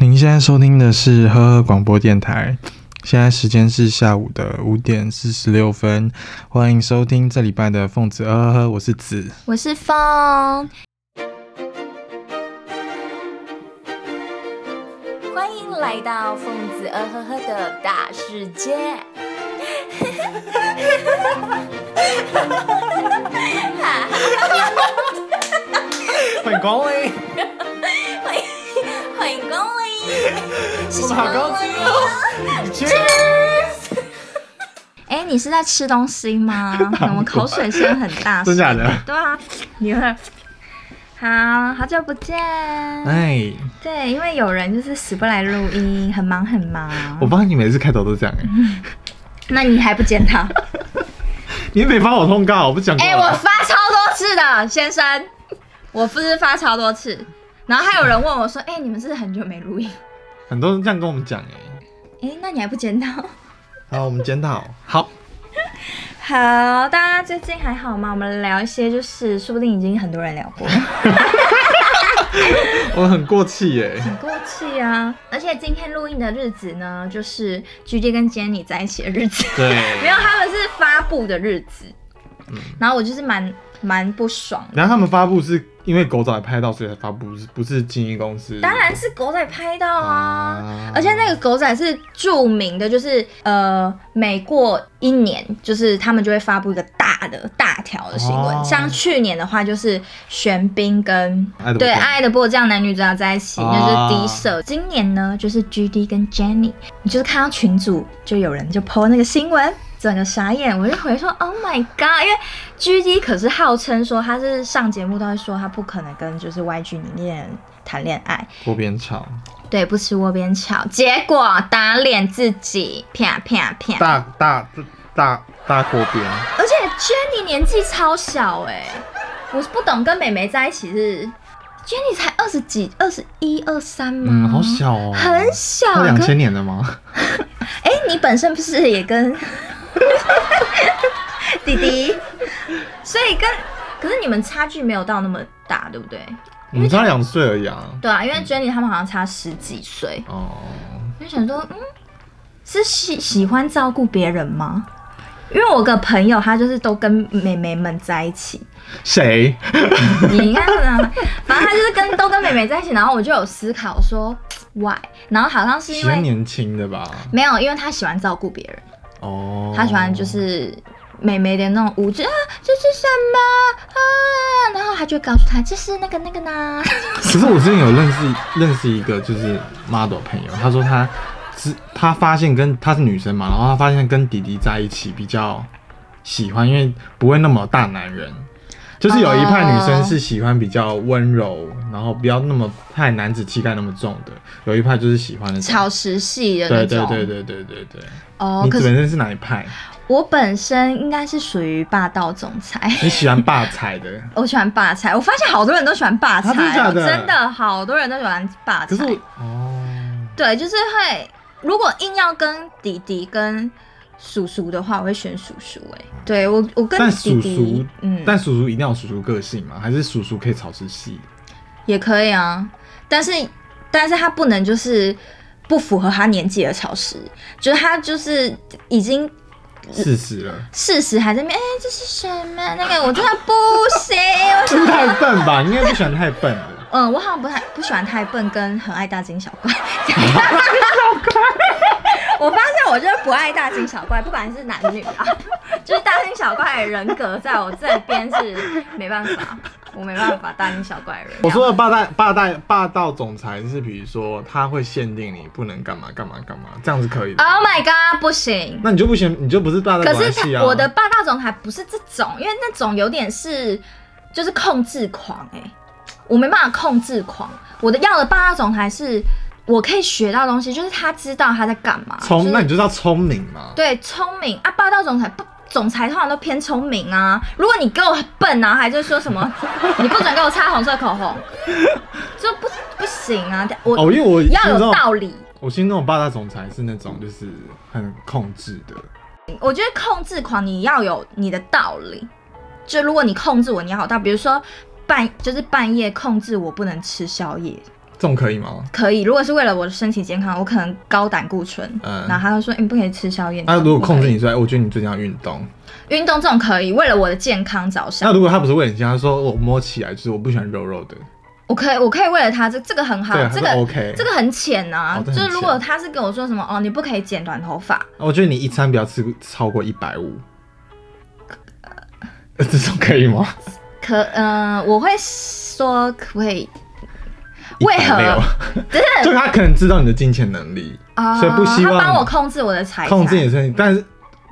您现在收听的是呵呵广播电台，现在时间是下午的五点四十六分，欢迎收听这礼拜的凤子呵呵呵，我是子。我是风。欢迎来到疯子呃呵呵的大世界。欢迎光临，欢迎欢迎光 临，谢我谢们好光高级临。哦！哎、你是在吃东西 吗？我们口水声很大真声。假的？对啊，你看，好好久不见。哎，对，因为有人就是死不来录音，很忙很忙。我帮你每次开头都这样哎、那你还不检讨？你没发我通告，我不讲过哎、了。我发超多次的，先生，我不是发超多次。然后还有人问我说：“哎、你们是不是很久没录音很多人这样跟我们讲哎、？”哎、那你还不检讨？好，我们检讨。好， 好，大家最近还好吗？我们聊一些，就是说不定已经很多人聊 过，我很过气哎耶、很过气啊。而且今天录音的日子呢，就是 G J 跟 Jenny 在一起的日子， 没对，有，他们是发布的日子。然后我就是蛮蛮不爽的，然后他们发布是因为狗仔拍到，所以才发布，不是不是经纪公司。当然是狗仔拍到啊。啊而且那个狗仔是著名的，就是呃，每过一年，就是他们就会发布一个大的大条的新闻。哦像去年的话，就是玄彬跟爱的对《爱。爱的迫降》男女主角在一起，哦那就是第一首。今年呢，就是 G D 跟 Jenny，你就是看到群组就有人就 po 那个新闻。整个傻眼，我就回说 Oh my god！因为 G D 可是号称说他是上节目都会说他不可能跟就是 Y G 里面的人谈恋爱，锅边炒，对，不吃窝边草，结果打脸自己，啪啪啪！大大大大锅边，而且 Jenny 年纪超小哎、我是不懂跟美眉在一起是 Jenny 才二十几，二十一、二三吗？嗯，好、小哦，很小。啊都两可千年的吗？哎、你本身不是 也跟弟弟，所以跟可是你们差距没有到那么大，对不对？我们差嗯两岁而已啊。对啊，因为 Jenny 他们好像差十几岁，哦，就想说，嗯，是喜喜欢照顾别人吗？因为我有个朋友，他就是都跟妹妹们在 一起，谁？你应该知道，反正他就是跟都跟妹妹在一起。然后我就有思考说 why，然后好像是因喜欢为年轻的吧？没有，因为他喜欢照顾别人，哦，他喜欢就是妹妹的那种无知啊，这是什么啊？然后他就会告诉他这是那个那个呢， 可是我之前有认识认识一个就是 model 朋友，他说他只他发现跟她是女生嘛，然后他发现跟弟弟在一起比较喜欢，因为不会那么大男人。就是有一派女生是喜欢比较温柔，然后不要那么太男子气概那么重的，有一派就是喜欢那种草食系的那对种对。对对对对对。哦你，可本是身是哪一派？我本身应该是属于霸道总裁。你喜欢霸彩的？我喜欢霸菜，我发现好多人都喜欢霸菜、哦啊真的假的真的好多人都喜欢霸可菜是。我哦，对，就是会，如果硬要跟弟弟跟叔叔的话，我会选叔叔、哎，对我我跟但弟叔弟，叔，嗯，但叔叔一定要有叔叔个性嘛？还是叔叔可以草食系？也可以啊，但是但是他不能就是不符合他年纪的潮湿，就是他就是已经事实了，事实还在面，哎、这是什么？那个我真的不行，我是不是太笨吧？你应该不喜欢太笨的。嗯，我好像不太不喜欢太笨，跟很爱大惊小怪。我发现我就是不爱大惊小怪，不管是男女啊， 就是大惊小怪的人格在我这边是没办法，我没办法大惊小怪的人。我说的霸道霸道霸道总裁是，比如说他会限定你不能干嘛干嘛干嘛，这样是可以的。 ，Oh my god，不行。那你就不行，你就不是霸道可总是裁系他、啊。我的霸道总裁不是这种，因为那种有点是就是控制狂哎、我没办法控制狂。我的要的霸道总裁是我可以学到东西，就是他知道他在干嘛。就聪，是那你就是要聪明嘛。对，聪明啊，霸道总裁不。总裁通常都偏聪明啊，如果你给我笨啊，还就说 什么你不准给我擦红色口红，就不不行啊！我、哦，因为我心要有中道理，我心中的霸道总裁是那种就是很控制的。我觉得控制狂你要有你的道理，就如果你控制我，你要有道，比如说半就是半夜控制我不能吃宵夜，这种可以吗？可以，如果是为了我的身体健康，我可能高胆固醇，嗯然后他就说、欸你不可以吃宵夜。那、你如果控制不你说，哎我觉得你最近要运动。可以运动这种可以，为了我的健康着那想，如果他不是为了你健康，他说我摸起来就是我不喜欢肉肉的，我可以我可以为了他这这个很好对啊，，这他说个 OK。这个很浅啊，哦这就很是浅如果他是跟我说什么哦，你不可以剪短头发，我觉得哦你一餐不要吃超过一百五，呃这种可以吗？可嗯、我会说可不可以为何嗯160 就他可能知道你的金钱能力，啊？所以不希望他帮我控制我的财产，控制你的身体，但是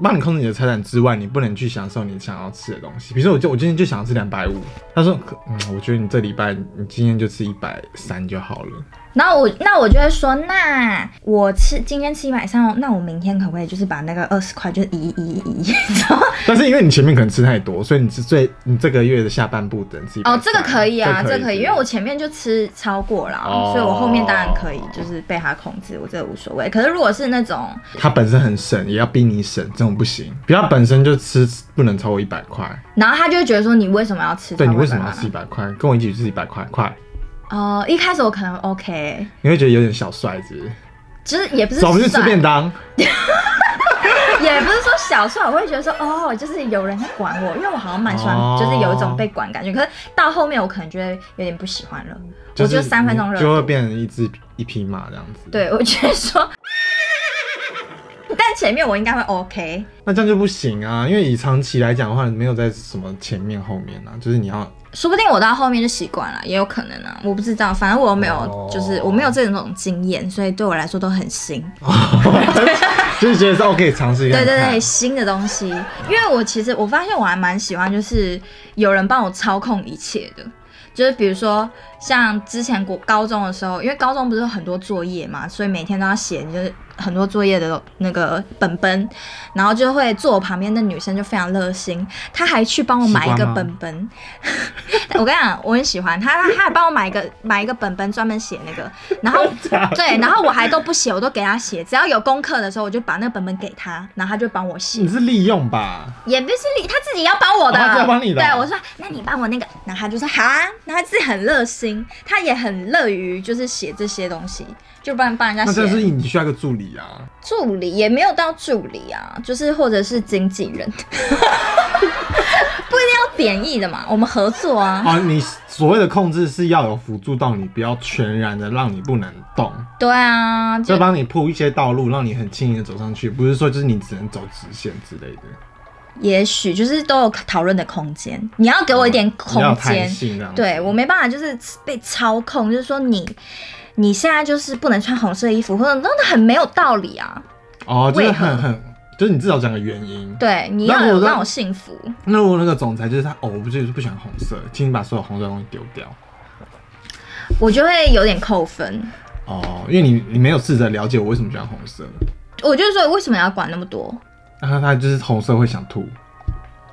帮你控制你的财产之外，你不能去享受你想要吃的东西。比如说，我就我今天就想要吃两百五，他说，可嗯，我觉得你这礼拜你今天就吃一百三就好了。然后我那我就会说，那我吃今天吃一百三，那我明天可不可以就是把那个二十块就是移移移 移，然后但是因为你前面可能吃太多，所以你是最你这个月的下半部等是130哦这个可以啊，这这个可以，因为我前面就吃超过了啊，哦所以我后面当然可以就是被他控制，我这个无所谓。可是如果是那种他本身很省，也要逼你省，这种不行。比如他本身就吃不能超过一百块，然后他就会觉得说你为什么要吃？对你为什么要吃一？百块？跟我一起去吃一百块，快！哦，一开始我可能 OK，你会觉得有点小帅，是不是？就是也不是走，我们去吃帅便当。 也不是说小时候我会觉得说哦，就是有人在管我，因为我好像蛮喜欢，哦就是有一种被管感觉。可是到后面我可能觉得有点不喜欢了，是我就三分钟你热就会度。变成一只一匹马这样子。，对，我觉得说， 但前面我应该会 OK。那这样就不行啊，因为以长期来讲的话，你没有在什么前面后面啊，就是你要 说不定我到后面就习惯了，也有可能啊，我不知道。反正我没有，哦就是我没有这种经验，所以对我来说都很新。就是觉得是 OK 尝试一下。对对对，，新的东西。因为我其实我发现我还蛮喜欢，就是有人帮我操控一切的。就是比如说，像之前国高中的时候，因为高中不是有很多作业嘛，所以每天都要写，就是很多作业的那个本本，然后就会坐我旁边的女生就非常热心，她还去帮我买一喜个欢吗本本。 我跟你讲，我很喜欢她，她还帮我买一个买一个本本专门写那个，然后 对，然后我还都不写，我都给她写，只要有功课的时候，我就把那个本本给她，然后她就帮我写你。是利用吧？也不是你，他自己要帮我的，嗯哦他自己要帮你的对，我说那你帮我那个，然后他就说好啊，然后他自己很热心，他也很乐于就是写这些东西，就帮帮人家那写。就是你需要一个助理啊。助理也没有到助理啊，就是或者是经纪人， 不一定要贬义的嘛，我们合作啊，啊，你所谓的控制是要有辅助到你，不要全然的让你不能动，对啊，就就帮你铺一些道路，让你很轻易的走上去，不是说就是你只能走直线之类的。也许就是都有讨论的空间，你要给我一点嗯你要有空弹间，性这样子。对我没办法，就是被操控，就是说你你现在就是不能穿红色衣服，或者那那很没有道理啊。哦，就是为何很很，就是你至少讲个原因。对，你那要有我的让我幸福，那如果那个总裁就是他，哦，我不就是不喜欢红色，请你把所有红色的东西丢掉。我就会有点扣分。哦，因为你你没有试着了解我为什么喜欢红色，我就是说，为什么要管那么多？然后他就是红色会想吐，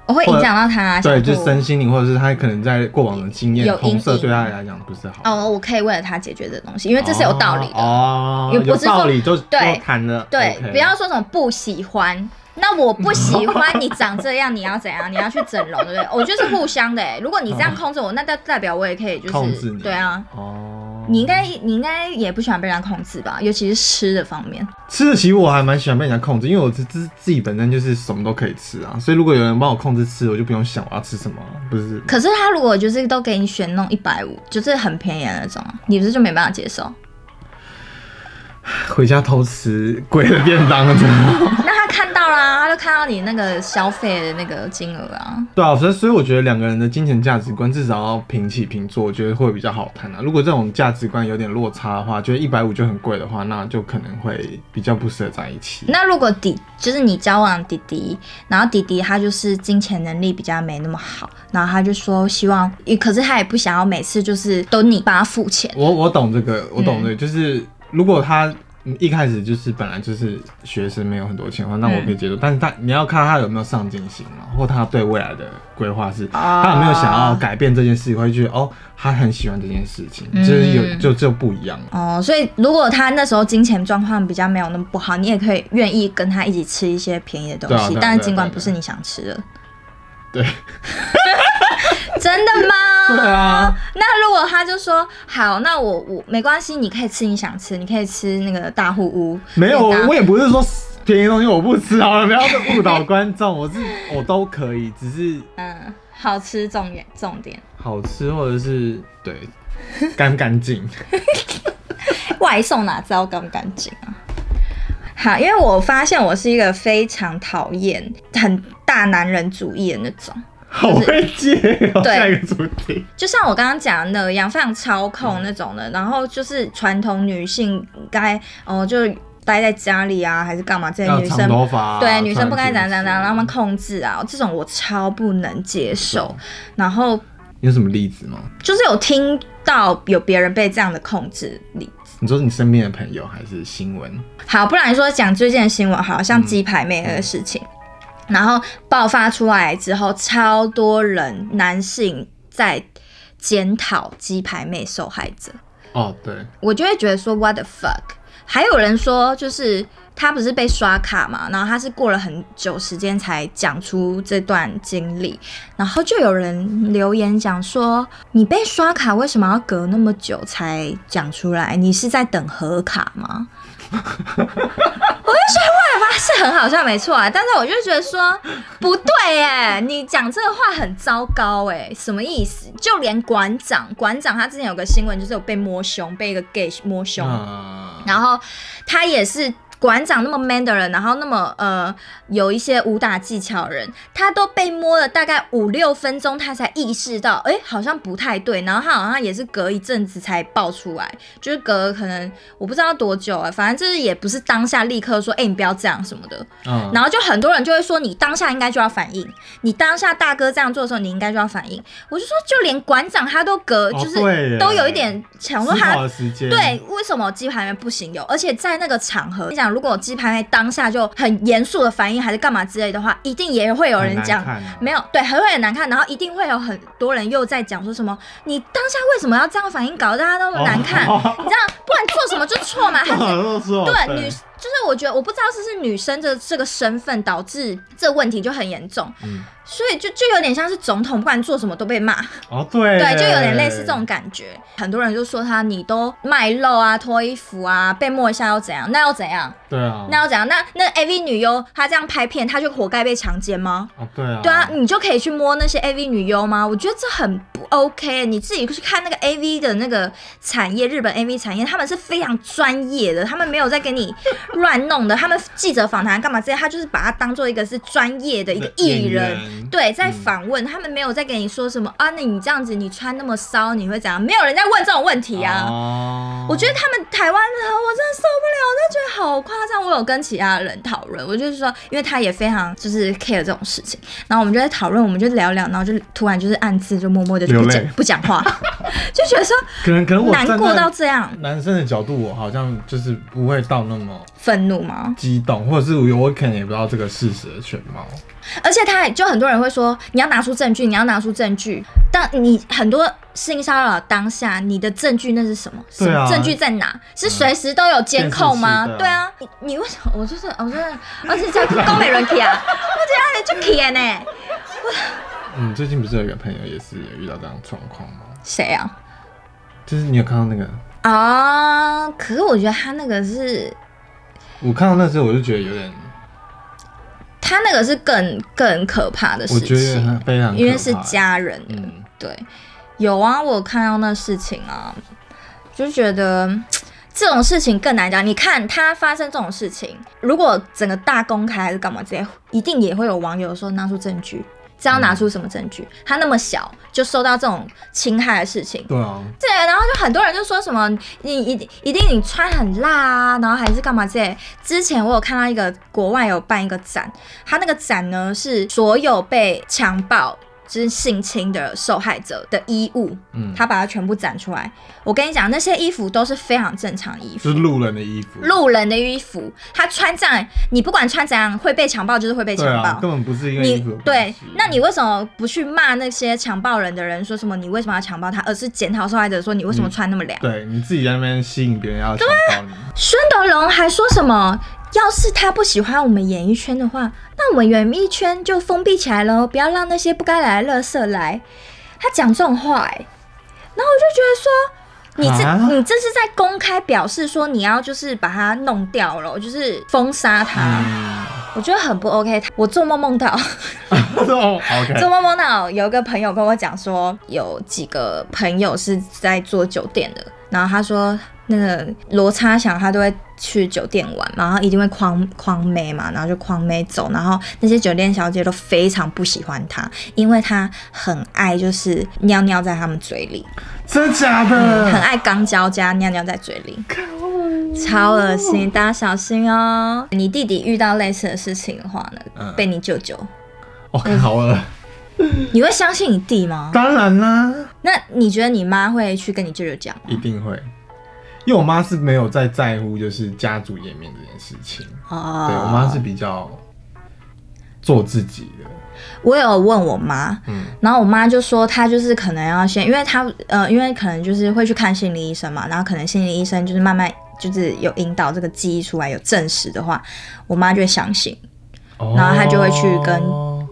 我会或影者响到他，啊对，想就是说身心灵或者是他可能在过往的经验有，阴红色影对他来讲不是好。哦，我可以为了他解决这东西，因为这是有道理的。哦，因哦为我有是说道理就对就谈了，对 OK 不要说什么不喜欢。那我不喜欢你长这样，你要 怎样？你要去整容，对不对？我就是互相的、欸。如果你这样控制我，那代代表我也可以，就是控制你，对啊。，哦，你应该你应该也不喜欢被人家控制吧，尤其是吃的方面。吃得起，我还蛮喜欢被人家控制，因为我自自自己本身就是什么都可以吃啊，所以如果有人帮我控制吃，我就不用想我要吃什么，啊不是可是他如果就是都给你选那种一百五，就是很便宜的那种，你不是就没办法接受？回家偷吃贵的便当了，真的。那他看到啦，他就看到你那个消费的那个金额啊。对啊，所以所以我觉得两个人的金钱价值观至少要平起平坐，我觉得会比较好谈啊。如果这种价值观有点落差的话，觉得一百五就很贵的话，那就可能会比较不适合在一起。那如果弟就是你交往弟弟，然后弟弟他就是金钱能力比较没那么好，然后他就说希望，可是他也不想要每次就是都你帮他付钱。我我懂这嗯个，我懂这个，就是如果他一开始就是本来就是学生，没有很多钱的话，嗯那我可以接受。但是他你要看他有没有上进心嘛，或他对未来的规划是，啊他有没有想要改变这件事，会觉得哦，他很喜欢这件事情，就是有嗯就就不一样了。哦，所以如果他那时候金钱状况比较没有那么不好，你也可以愿意跟他一起吃一些便宜的东对啊西对，啊但是对啊尽管对啊不是你想吃的，对， 真的吗？对啊，那如果他就说好，那我我没关系，你可以吃你想吃，你可以吃那个大户屋。没有，那个大我也不是说便宜的东西我不吃好了， 不要误导观众，我是我都可以，只是嗯，好吃重点重点，好吃或者是对干不干净。外送哪知道干不干净啊？好，因为我发现我是一个非常讨厌很大男人主义的那种。好会接哦，对下一个主题。就像我刚刚讲的那样，非常操嗯控那种的，然后就是传统女性该哦、就待在家里啊，还是干嘛？这些要女长生头发啊、对女生不该怎样穿裙怎子样怎样，让她们控制啊，这种我超不能接啊受。然后有什么例子吗？就是有听到有别人被这样的控制力。你说你身边的朋友还是新闻？好，不然说讲最近的新闻，好嗯像鸡排妹那个事情，然后爆发出来之后，超多人男性在检讨鸡排妹受害者。哦，对，我就会觉得说 what the fuck。还有人说，就是他不是被刷卡嘛，然后他是过了很久时间才讲出这段经历，然后就有人留言讲说，你被刷卡为什么要隔那么久才讲出来？你是在等核卡吗？我就觉得外发是很好笑，没错啊，但是我就觉得说不对耶，你讲这个话很糟糕哎，什么意思？就连馆长，馆长他之前有个新闻，就是有被摸胸，被一个 gay 摸胸，啊那然后他也是馆长那么 man 的人，然后那么呃有一些武打技巧的人，他都被摸了大概五六分钟，他才意识到，哎，好像不太对。然后他好像也是隔一阵子才爆出来，就是隔可能我不知道多久啊，反正就是也不是当下立刻说，哎，你不要这样什么的。嗯，然后就很多人就会说，你当下应该就要反应，你当下大哥这样做的时候，你应该就要反应。我就说，就连馆长他都隔，哦就是对耶都有一点想说思他考的时间，对，为什么鸡排妹不行有？而且在那个场合，你想，如果鸡排妹当下就很严肃的反应，还是干嘛之类的话，一定也会有很人难讲。看啊，没有，对，还会很难看，然后一定会有很多人又在讲说什么，你当下为什么要这样反应，搞得大家都难看，哦 你知道，不然做什么就错嘛。这他好像是哦对女，就是我觉得我不知道是不是女生的这个身份导致这问题就很严重，嗯，所以就就有点像是总统，不管做什么都被骂。哦对，对，就有点类似这种感觉。很多人就说他你都卖肉啊、脱衣服啊，被摸一下又怎样？那又怎样？对啊，那又怎样？那那 AV 女优她这样拍片，她就活该被强奸吗？哦对啊，对啊，你就可以去摸那些 AV 女优吗？我觉得这很不 OK。你自己去看那个 AV 的那个产业，日本 AV 产业，他们是非常专业的，他们没有在给你乱弄 的。他们记者访谈干嘛之类，他就是把它当做一个是专业的一个艺演人。员，对，在嗯访问、他们没有在给你说什么啊？那你这样子，你穿那么骚，你会怎样？没有人在问这种问题啊。哦我觉得他们台湾人，我真的受不了，我真的觉得好夸张。我有跟其他人讨论，我就是说，因为他也非常就是 care 这种事情，然后我们就在讨论，我们就聊聊，然后就突然就是暗自就默默的就不流泪讲不讲话，就觉得说可 能可能我难站过在到这样，男生的角度，我好像就是不会到那么愤怒吗？激动，或者是我我可能也不知道这个事实的全貌。而且他也就很多人会说，你要拿出证据，你要拿出证据。但你很多性骚扰当下，你的证据那是什么？什对啊么证据在哪？是随时都有监控吗？嗯对啊，你你为什么？我就是我真的，而且在东北人去啊，我觉得就去的呢。嗯，最近不是有一个朋友也是有遇到这样的状况吗？谁啊？就是你有看到那个，啊、可是我觉得他那个是，我看到那时候我就觉得有点，他那个是更更可怕的我事觉得情，很非常可怕因为是，家人的。嗯，对，有啊，我有看到那事情啊，就觉得嗯这种事情更难讲。你看他发生这种事情，如果整个大公开还是干嘛之类，一定也会有网友说拿出证据。这要拿出什么证据？他那么小就受到这种侵害的事情，对啊，对，然后就很多人就说什么你一定一定你穿很辣啊，然后还是干嘛之类。之前我有看到一个国外有办一个展，他那个展呢是所有被强暴。就是性侵的受害者的衣物，嗯，他把它全部展出来。我跟你讲，那些衣服都是非常正常的衣服就是，路人的衣服，路人的衣服，他穿这样，你不管穿怎样，会被强暴就是会被强对暴。啊，根本不是因为衣你服的关对系，那你为什么不去骂那些强暴人的人，说什么你为什么要强暴他，而是检讨受害者说你为什么穿那么凉？对你自己在那边吸引别人要强暴你，孙德荣还说什么？要是他不喜欢我们演艺圈的话，那我们演艺圈就封闭起来喽，不要让那些不该来的垃圾来。他讲这种话、哎，然后我就觉得说，你这、啊你这是在公开表示说你要就是把他弄掉了，就是封杀他，嗯， 我觉得很不 OK。我做梦梦到。哦，OK， 做梦梦到有一个朋友跟我讲说，有几个朋友是在做酒店的，然后他说那个罗差祥他都会去酒店玩，然后一定会框框妹嘛，然后就框妹走，然后那些酒店小姐都非常不喜欢他，因为他很爱就是尿尿在他们嘴里，真假嗯很的？爱肛交加尿尿在嘴里。超恶心，大家小心哦！你弟弟遇到类似的事情的话呢，嗯被你舅舅，哦，看好嗯了，你会相信你弟吗？当然啦，那你觉得你妈会去跟你舅舅讲吗？一定会，因为我妈是没有在在乎就是家族颜面这件事情，哦对我妈是比较做自己的，我有问我妈，嗯然后我妈就说她就是可能要先，因为她呃，因为可能就是会去看心理医生嘛，然后可能心理医生就是慢慢就是有引导这个记忆出来，有证实的话，我妈就会相信。哦然后她就会去跟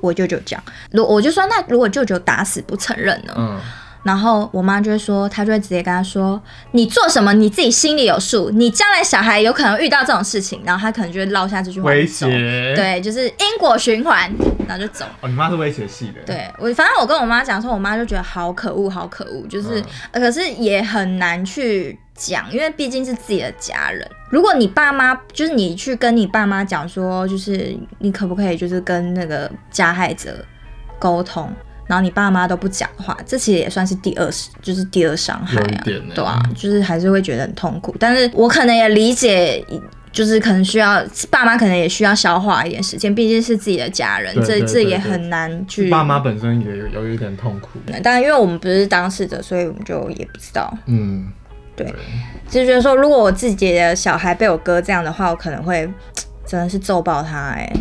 我舅舅讲，如我就说那如果舅舅打死不承认呢？嗯，然后我妈就会说，她就会直接跟他说：“你做什么你自己心里有数，你将来小孩有可能遇到这种事情。”然后她可能就会落下这句话威走胁，，对，就是因果循环，然后就走。哦，你妈是威胁系的，，对我，反正我跟我妈讲说，我妈就觉得好可恶，好可恶，嗯就是、呃可是也很难去讲，因为毕竟是自己的家人。如果你爸妈就是你去跟你爸妈讲说，就是你可不可以就是跟那个加害者沟通，然后你爸妈都不讲话，这其实也算是第二就是第二伤害有一啊，点欸对啊，就是还是会觉得很痛苦。但是我可能也理解。就是可能需要爸妈，可能也需要消化一点时间，毕竟是自己的家人，对对这这对也对很难去。爸妈本身也有有一点痛苦，当然，因为我们不是当事者，所以我们就也不知道。嗯，对就觉得说，如果我自己的小孩被我哥这样的话，我可能会真的是揍爆他、欸。哎，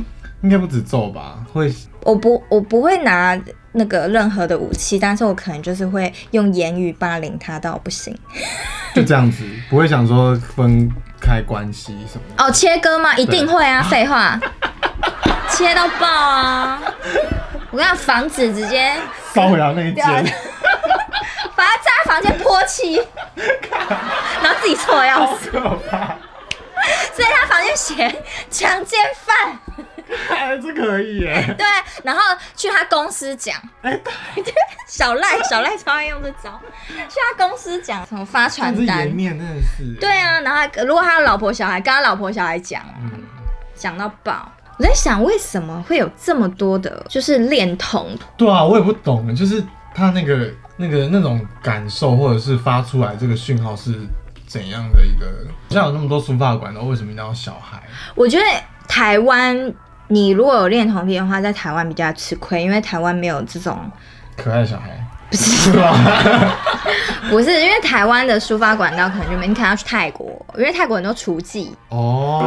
应该不止揍吧，会我不，我不会拿那个任何的武器，但是我可能就是会用言语霸凌他到不行。就这样子，不会想说分开关系 什么的。哦，切割吗？一定会 啊，废话，切到爆啊！我跟你讲，房子直接烧回到那一掉了间，把他在他房间泼漆，然后自己臭的要死好。可怕！所以他房间写强奸犯，哎，这可以耶！对，然后去他公司讲，哎，对 小赖小赖超爱用这招，去他公司讲什么发但是传单颜，面真的是，对，啊，然后还如果他有老婆小孩，跟他老婆小孩讲，啊嗯，讲到爆。我在想，为什么会有这么多的，就是恋童？对啊，我也不懂，就是他那个那个那种感受，或者是发出来这个讯号是怎样的一个？像有那么多书法馆的，为什么一定要小孩？我觉得台湾，你如果有恋童癖的话，在台湾比较吃亏，因为台湾没有 这种可爱小孩，是吧？ 不是因为台湾的抒发管道可能就没，你可能要去泰国，因为泰国很多厨妓，哦，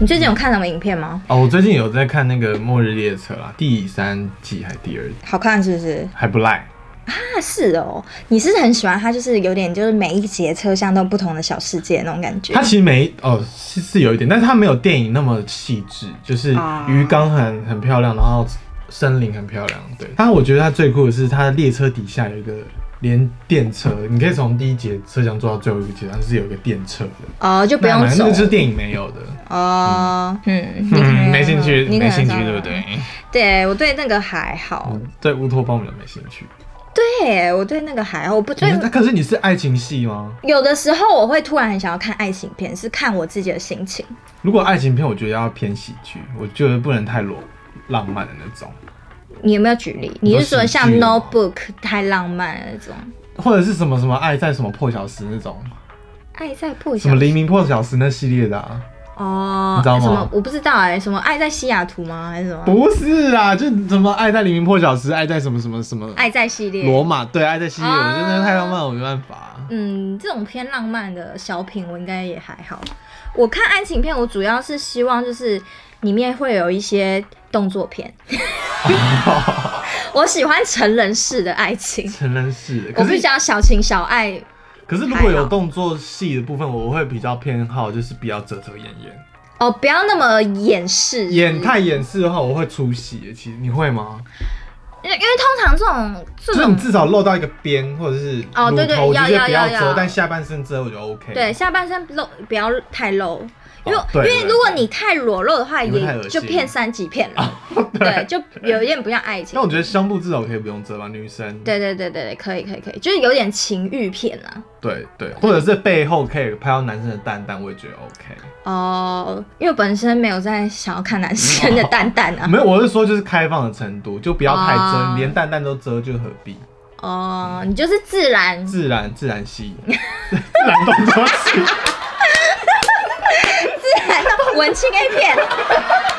你最近有看什么影片吗？哦，我最近有在看那个《末日列车》啦，第三季还是第二季，好看是不是？还不赖。那是哦，你是很喜欢它，就是有点就是每一节车厢都不同的小世界那种感觉它。其实没哦，是是有一点，但是它没有电影那么细致，就是啊鱼缸很很漂亮，然后森林很漂亮。对，但我觉得它最酷的是它的列车底下有一个连电车，你可以从第一节车厢坐到最后一个阶它是有一个电车的。哦，就不那用反正走那个就是电影没有的，哦，嗯，你可能嗯，没兴趣，你可没能兴趣稍，微对不对？对我对那个还好，嗯对乌托邦我们没兴趣。对我对那个还好，我不对。那可是你是爱情戏吗？有的时候我会突然很想要看爱情片，是看我自己的心情。如果爱情片，我觉得要偏喜剧，我觉得不能太裸浪漫的那种。你有没有举例？你你说是说喜像剧吗 Notebook 太浪漫了那种？或者是什么什么爱在什么破晓时那种，爱在破什晓么黎明破晓时那系列的、啊，哦，你知道吗什么我不知道哎、什么爱在西雅图吗？还是什么不是啊，就什么爱在黎明破晓时，爱在什么什么什么爱在系列？罗马，对，爱在系列，啊我觉得太浪漫，我没办法、嗯，这种偏浪漫的小品我应该也还好。我看爱情片，我主要是希望就是里面会有一些动作片， 我喜欢成人式的爱情，成人式，我可比是较小情小爱可是如果还有好动作戏的部分，我会比较偏好就是比较遮遮掩掩，哦，不要那么掩饰，演太掩饰的话，我会出戏。其实你会吗？嗯因为因为通常这种这就是你种至少露到一个边，或者是哦对乳对头我就要觉得要不要要遮要，但下半身遮我就 OK。 对，下半身露不要太露，因为、哦对因为对如果你太裸露的话，你会太也恶心就骗三级片了，对，就有点不像爱情但。我觉得胸部至少可以不用遮吧，女生。对对对对对，可以可以可以，就是有点情欲片啊。对对，或者是背后可以拍到男生的蛋蛋，我也觉得 OK。哦，因为我本身没有在想要看男生的蛋蛋啊。 没有，我是说就是开放的程度，就不要太遮，哦你连蛋蛋都遮就何必？哦，你就是自然，自自然自然吸 引，自然动作吸引。然的文青 A 片，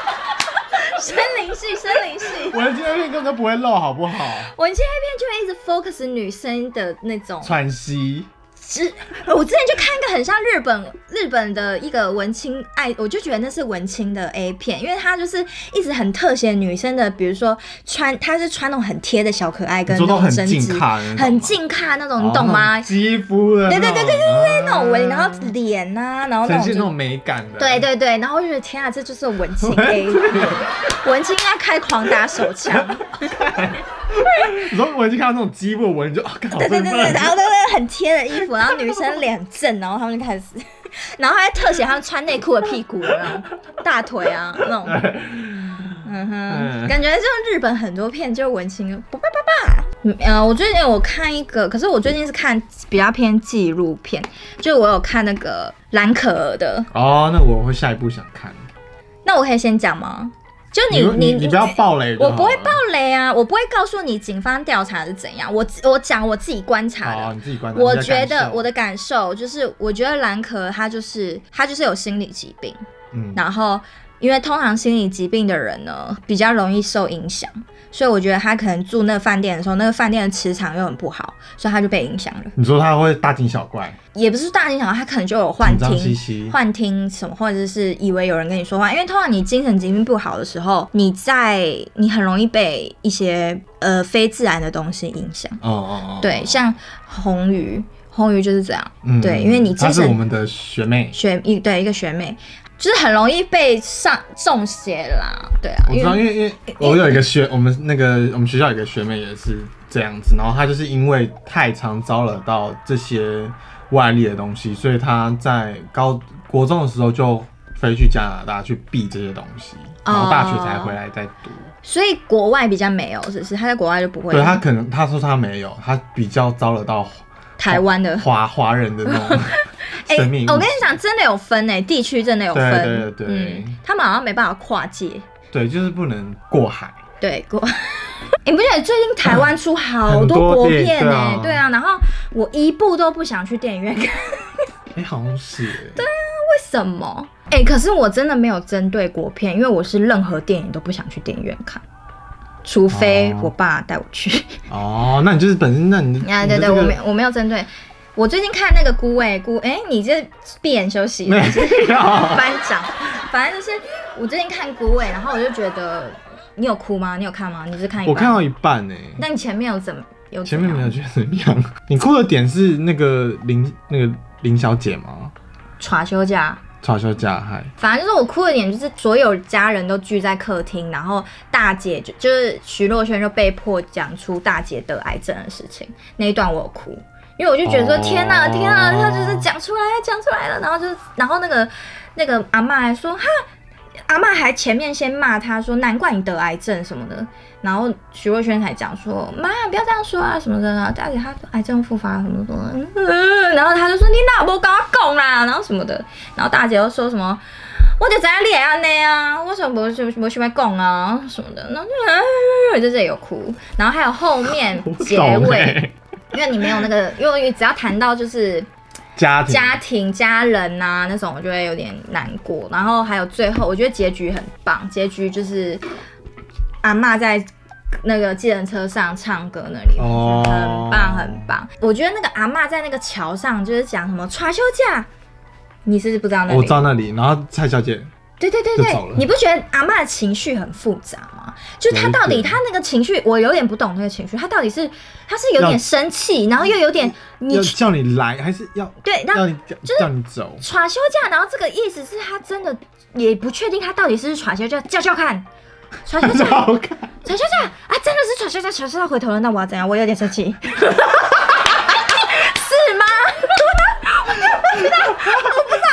森林系森林系。我的纪录片根本就不会漏，好不好？文青 A 片就会一直 focus 女生的那种喘息，之，我之前就看一个很像日本日本的一个文青爱，我就觉得那是文青的 A 片，因为它就是一直很特写女生的，比如说穿，它是穿那种很贴的小可爱，跟你说那都种很针织近，看的那种吗很近看那种，你懂吗哦？肌肤的那种，对对对对对对，啊那种纹，然后脸呐、然后那呈种现那种就。美感的，对。对对，然后我就觉得天啊，这就是文青 A，文青应该开狂打手枪。你说我已经看到那种肌肤的纹，你就啊，干好对对兴对对，奋然。后都是很贴的衣服，然后女生脸正，然后他们就开始，然后还特写他们穿内裤的屁股，有没有大腿啊那种，嗯哼，嗯感觉就是日本很多片就是文青，爸爸爸爸。嗯呃，我最近我看一个，可是我最近是看比较偏纪录片，就我有看那个蓝可儿的，哦，那我会下一步想看。那我可以先讲吗？就你你你不要暴雷就好我了，不会爆雷啊，我不会告诉你警方调查是怎样，我自我讲我自己观察的。哦，你自己观察。我你觉在感得受我的，感受就是，我觉得蓝可他就是他就是有心理疾病，嗯，然后因为通常心理疾病的人呢比较容易受影响，所以我觉得他可能住那个饭店的时候，那个饭店的磁场又很不好，所以他就被影响了。你说他会大惊小怪，也不是大惊小怪，他可能就有幻紧张兮听。兮，幻听什么，或者是以为有人跟你说话，因为通常你精神疾病不好的时候，你在你很容易被一些呃非自然的东西影响。哦哦哦，对，像红鱼，红鱼就是这样。嗯对因为你她精是神我们的学妹，学一对一个学妹，就是很容易被上中邪啦，对啊，我知道，因为因为我有一个学，我们那个我们学校有一个学妹也是这样子，然后她就是因为太常招惹到这些外力的东西，所以她在高国中的时候就飞去加拿大去避这些东西，哦然后大学才回来再读。所以国外比较没有，只是他在国外就不会。对她可能她说她没有，她比较招惹到台湾的，华华人的那 种哎、生命意识。我跟你讲，真的有分哎、地区真的有分，对对对嗯，他们好像没办法跨界，对，就是不能过海。对国。 你不觉得最近台湾出好很多国电片对哎、啊对啊，然后我一部都不想去电影院看，哎、为好像是、对，什么？哎、可是我真的没有针对国片，因为我是任何电影都不想去电影院看，除非哦我爸带我 去。哦，那你就是本身，那你啊，你对的对，这我个没我没有针对。我最近看那个孤味孤，哎、你这闭眼休息，没有。班长，反正就是我最近看孤味，然后我就觉得你有哭吗？你有看吗？你是看一半？ 我看到一半呢、那你前面有怎么有怎前面没有样觉得怎么样。 你哭的点是那个林那个林小姐吗？耍休假？嘲笑加害，反正就是我哭的点就是所有家人都聚在客厅，然后大姐就就是徐若瑄就被迫讲出大姐得癌症的事情那一段，我有哭，因为我就觉得说、哦天哪、天哪、她就是讲出来讲出来了，然后就是然后那个那个阿嬷还说哈。阿嬷还前面先骂她说：“难怪你得癌症什么的。”然后徐若瑄才讲说：“妈，不要这样说啊，什么的啊，大姐她癌症复发什么什么。”嗯，然后她就说：“你哪无跟我讲啦？”然后什么的，然后大姐又说什么：“我就知道你会安尼啊，我想无想无想要讲啊什么的，然后 就、啊、就这里有哭，然后还有后面我结懂尾，欸因为你没有那个，因为只要谈到就是家庭 家庭、家人呐、那种，我就会有点难过。然后还有最后，我觉得结局很棒，结局就是阿嬷在。那个计程车上唱歌那里，哦很棒很棒。我觉得那个阿嬷在那个桥上，就是讲什么“传休假”，你是不是不知道那里？我知道那里，然后蔡小姐对对对就对走了，你不觉得阿嬷的情绪很复杂吗？就是她到有底一点她那个情绪，我有点不懂那个情绪，她到底是她是有要点生气，然后又有点你要叫你来还是要对那要你叫叫你走？ 耍休假，然后这个意思是她真的也不确定她到底是不是耍休假，叫叫看，耍休 假，好看，耍休假啊，真的是耍休假，耍休假回头了，那我要怎样？我有点 生气，是吗？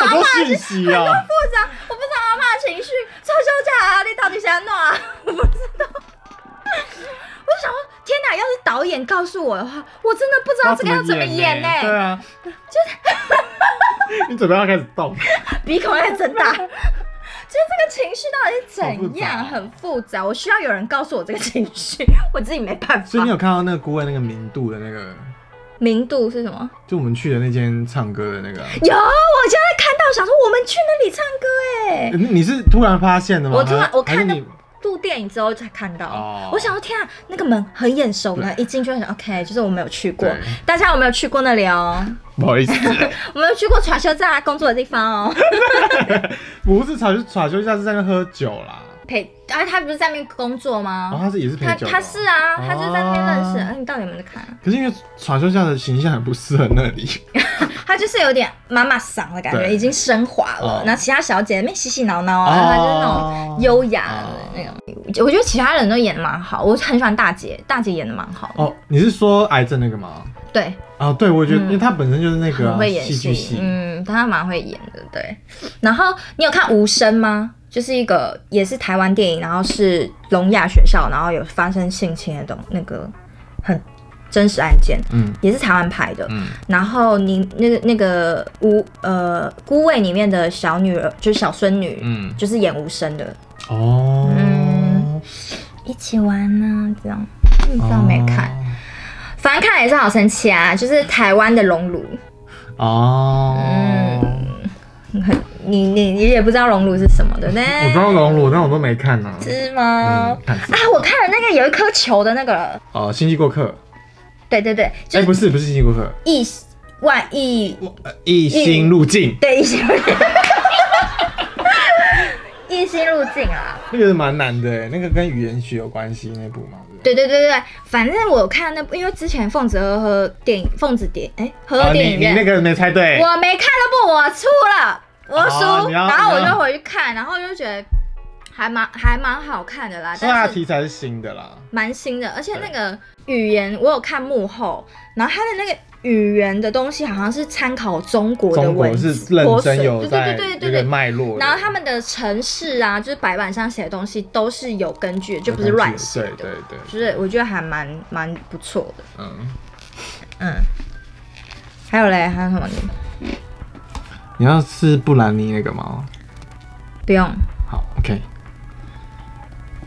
好多讯息 啊！不知道，我不知道阿妈情绪，超休假啊，你到底想弄啊？ 我不知道。我就想说，天哪！要是导演告诉我的话，我真的不知道这个要怎么演欸呢、对啊，就是 你嘴巴要开始动，鼻孔还睁大。 就是这个情绪到底是好复杂怎样？啊很复杂，我需要有人告诉我这个情绪， 我自己没办所以你法。有看到那个顾问那个明度的那个，明度是什么？就我们去的那间唱歌的那个啊，有，我现在看到想说，我们去那里唱歌哎、呃你是突然发现的吗？我突然我看还到是你 录电影之后才看到，哦我想说天啊，那个门很眼熟呢，对一进去就想 OK，就是我没有去过对。大家有没有去过那里哦？不好意思，我没有去过传休假工作的地 方哦。 不是吵就吵休假是在那喝酒啦，陪，啊，他不是在那边工作吗？然后他是也是陪他酒的哦，他是啊，哦他就是在那边认识。嗯、你到底有没有看啊？可是因为传说下的形象很不适合那里，他就是有点妈妈嗓的感觉，对已经升华了哦。然后其他小姐那边嘻嘻挠挠啊，哦她就是那种优雅的那种。我觉得其他人都演的蛮好，我很喜欢大姐，大姐演的蛮好的。哦，你是说癌症那个吗？对，啊，对，我觉得，嗯因为他本身就是那个很啊会演戏剧系，嗯，他蛮会演的，对。然后你有看《无声》吗？就是一个也是台湾电影，然后是聋哑学校，然后有发生性侵的东那个很真实案件，嗯也是台湾拍的。嗯，然后你那个那个无呃孤味里面的小女儿，就是小孙女，嗯就是演无声的，哦，嗯一起玩呢、嗯这样。你知道没看？哦反正看了也是好神奇啊，就是台湾的熔炉。哦，嗯你你你也不知道熔炉是什么的呢？我知道熔炉，但我都没看呢。是吗嗯？，看啊，我看了那个有一颗球的那个，哦，星际过客，对对对，就哎，是不是不是星际过客，异外异，呃异星路径，对异星 路径，异星路径啊，那个是蛮难的欸，那个跟语言学有关系那部嘛，对不对对对对对，对反正我看那部，因为之前凤子和和电影，凤子蝶，哎，和哦和电你影你院，那个没猜对，我没看那部，我输了，我哦输，你要然后我你要就回去看，然后就觉得还蛮还蛮好看的啦，所以它但的是题材是新的啦，蛮新的，而且那个语言我有看幕后，然后他的那个语言的东西好像是参考中国的中文国字，是认国真粹有在对对对这对个对脉络的，然后他们的城市啊，就是白板上写的东西都是有根据的，就不是乱写的。对对对，就是我觉得还蛮蛮不错的，嗯。嗯。还有嘞，还有什么？你要吃布兰妮那个吗？不用好，OK。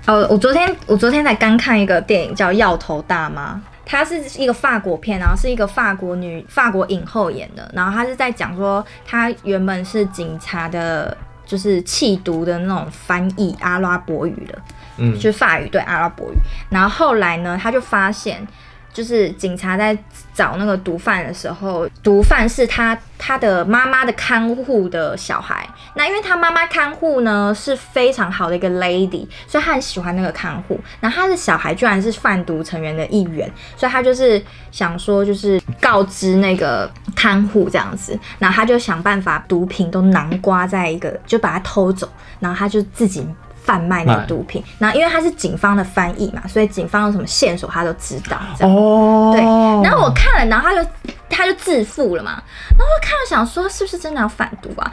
哦，我昨天我昨天才刚看一个电影叫《药头大妈》，它是一个法国片，然后是一个法国女法国影后演的，然后她是在讲说她原本是警察的，就是弃毒的那种翻译阿拉伯语的，嗯就是法语对阿拉伯语。然后后来呢，他就发现，就是警察在找那个毒贩的时候，毒贩是他他的妈妈的看护的小孩。那因为他妈妈看护呢是非常好的一个 lady，所以他很喜欢那个看护。然后他的小孩居然是贩毒成员的一员，所以他就是想说，就是告知那个看护这样子。然后他就想办法毒品都囊括在一个，就把它偷走，然后他就自己。贩卖那个卖毒品，然后因为他是警方的翻译嘛，所以警方有什么线索他都知道。这样哦对，然后我看了，然后他就他就自负了嘛，然后我看了想说是不是真的要反毒啊？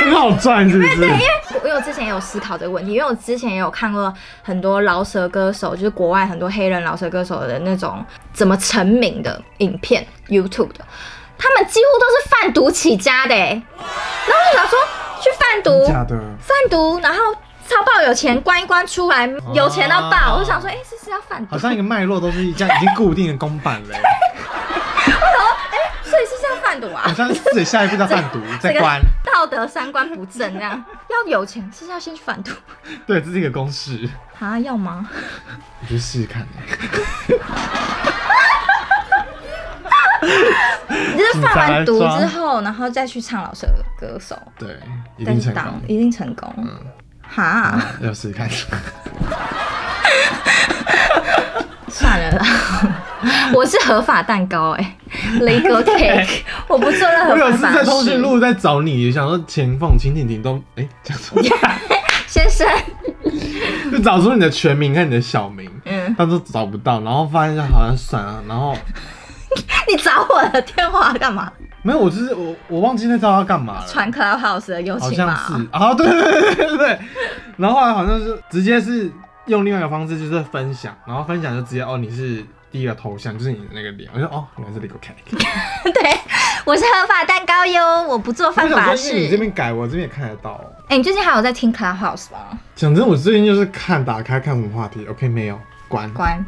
很好赚，是不是？因为我之前也有思考这个问题，因为我之前也有看过很多饶舌歌手，就是国外很多黑人饶舌歌手的那种怎么成名的影片，YouTube 的，他们几乎都是贩毒起家的、欸，然后我就想说去贩毒，假的，贩毒，然后超爆有钱，关一关出来有钱到爆，我就想说，哎、这是要贩毒啊好，像一个脉络都是一家已经固定的公版 了欸，所以是要贩毒啊 好。像是自己下一步叫贩毒，再这个关，道德三观不正，这样要有钱是不是要先去反毒对，这是一个公式，啊？要吗？我去试试看欸。你就是贩完毒你才来抓之后，然后再去唱老师的歌手，对，一但定是成打功。一定成功。哈，嗯 要试试看。算了啦， 我是合法蛋糕哎、雷 l cake，我不做 任我有何一次犯在法通讯事。录在找你，想说秦凤、秦婷婷都哎，讲 错，先生，就找出你的全名和你的小名，嗯，但都找不到，然后发现好像算了，然后你找我的电话干嘛？没有，我就是我我忘记那招要干嘛了，传 Clubhouse 的友好情像码是啊，对对对对对对，然后后来好像是直接是用另外一个方式，就是分享，然后分享就直接哦，你是第一个头像，就是你的那个脸，我就哦，原来是 Lego Cat， 对，我是合法蛋糕哟，我不做我犯想法说，事因。为你这边改，我这边也看得到哦。哎、你最近还有在听 Clubhouse 吗？讲真，我最近就是看打开看什么话题，OK 没有关，关，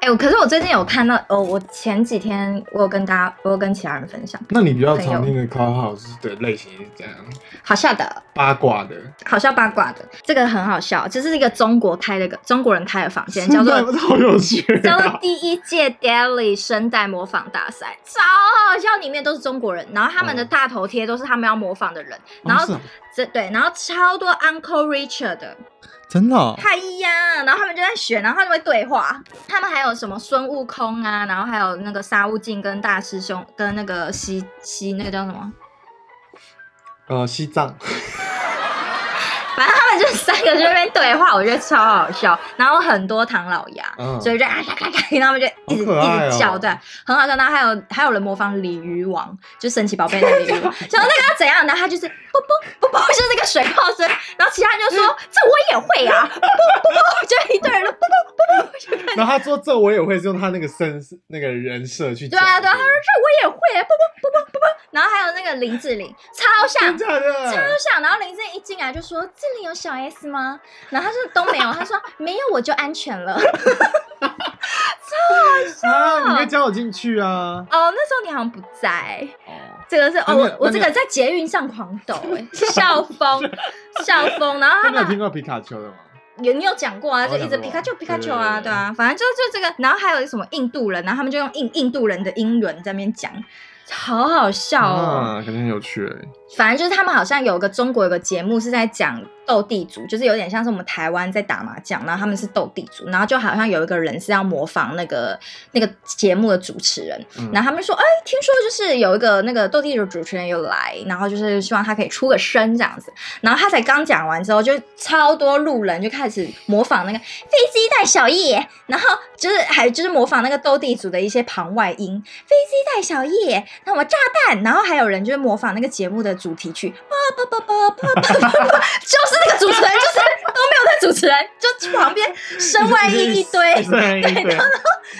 哎、我可是我最近有看到，哦，我前几天我有跟大家，我有跟其他人分享，那你比较常听的 Clubhouse 的类型是怎样？好笑的，八卦的，好笑八卦的，这个很好笑，这是一个中国开的个中国人开的房间，叫现 做在不是好有趣叫做啊！第一届 Daily 声带模仿大赛，超好笑，里面都是中国人，然后他们的哦大头贴都是他们要模仿的人，然哦是后啊这、对，然后超多 Uncle Richard 的，真的哦，太一呀，然后他们就在选，然后他们会对话，他们还有什么孙悟空啊，然后还有那个沙悟净跟大师兄跟那个西西那个叫什么，呃，西藏，反正他们就三个就在那边对话，我觉得超好笑。然后很多唐老鸭，嗯所以就啊咔咔咔，然后他们就一直、好可爱哦一直叫，对，很好笑。然后还有还有人模仿鲤鱼王，就神奇宝贝那个鲤 鱼王，想说那个要怎样，然后他就是啵啵啵啵，就是那个水泡声。然后其他人就说这我也会啊，啵啵啵啵，就一堆人都啵啵啵啵，就然后他说这我也会是用他那个身那个人设去对讲，啊，对啊，他说这我也会，啵�bo 啵啵啵啵，然后还有那个林志玲，超像真。假超的？像，然后林志玲一进来就说：“这里有小 S 吗？”然后他说：“都没有。”他说：“没有，我就安全了。”啊，你可以加我进去啊！哦，那时候你好像不在。哦，这个是那哦，你有我我那你这有个在捷运上狂抖、哎，笑疯，笑疯。然后那他你有们听过皮卡丘的吗？有你有讲过啊，我就有一直讲皮过卡丘对皮卡丘啊，对对对啊，反正就就这个，然后还有什么印度人，然后他们就用印印度人的英文在那边讲，好好笑啊，哦。感觉很有趣哎。反正就是他们好像有个中国有个节目是在讲斗地主，就是有点像是我们台湾在打麻将，然后他们是斗地主，然后就好像有一个人是要模仿那个那个节目的主持人，嗯，然后他们说，哎，听说就是有一个那个斗地主主持人有来，然后就是希望他可以出个声这样子，然后他才刚讲完之后，就超多路人就开始模仿那个飞机带小叶，然后就是还就是模仿那个斗地主的一些旁外音，飞机带小叶，那我炸弹，然后还有人就是模仿那个节目的主题曲，叭叭叭叭叭叭叭叭，就是那个主持人，就是都没有在主持人，就旁边身外音一堆对对，对然后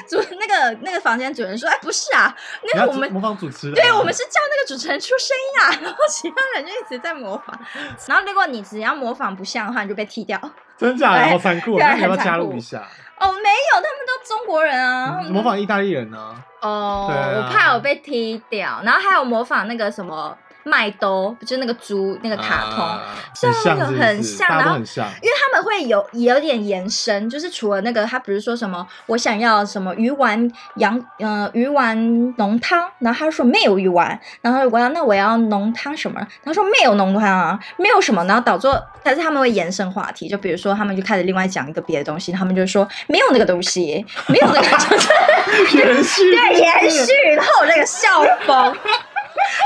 主 那个那个房间主人说，哎，不是啊，你那要个我们模仿主持人啊，对，我们是叫那个主持人出声音啊， 然后其他人就一直在模仿，然后如果你只要模仿不像的话，你就被踢掉。哦，真假的，对好残酷哦。对那你要不要很残加酷入一下？没有，他们都中国人啊。模仿意大利人呢？哦，对啊我怕我被踢掉。然后还有模仿那个什么麦兜，就是那个猪那个卡通，啊像很像那个是不很是像大家然都后很像。因为他们会有有点延伸，就是除了那个，他不是说什么我想要什么鱼丸羊呃鱼丸浓汤，然后他说没有鱼丸，然后我要那我要浓汤什么，他说没有浓汤啊，没有什么，然后导致但是他们会延伸话题，就比如说他们就开始另外讲一个别的东西，他们就说没有那个东西，没有那个就是延续，对延续，然后我那个笑疯，